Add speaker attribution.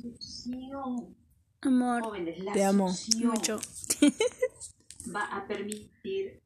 Speaker 1: succión,
Speaker 2: Amor,
Speaker 1: jóvenes, la
Speaker 3: Te amo.
Speaker 1: succión
Speaker 2: mucho.
Speaker 1: va a permitir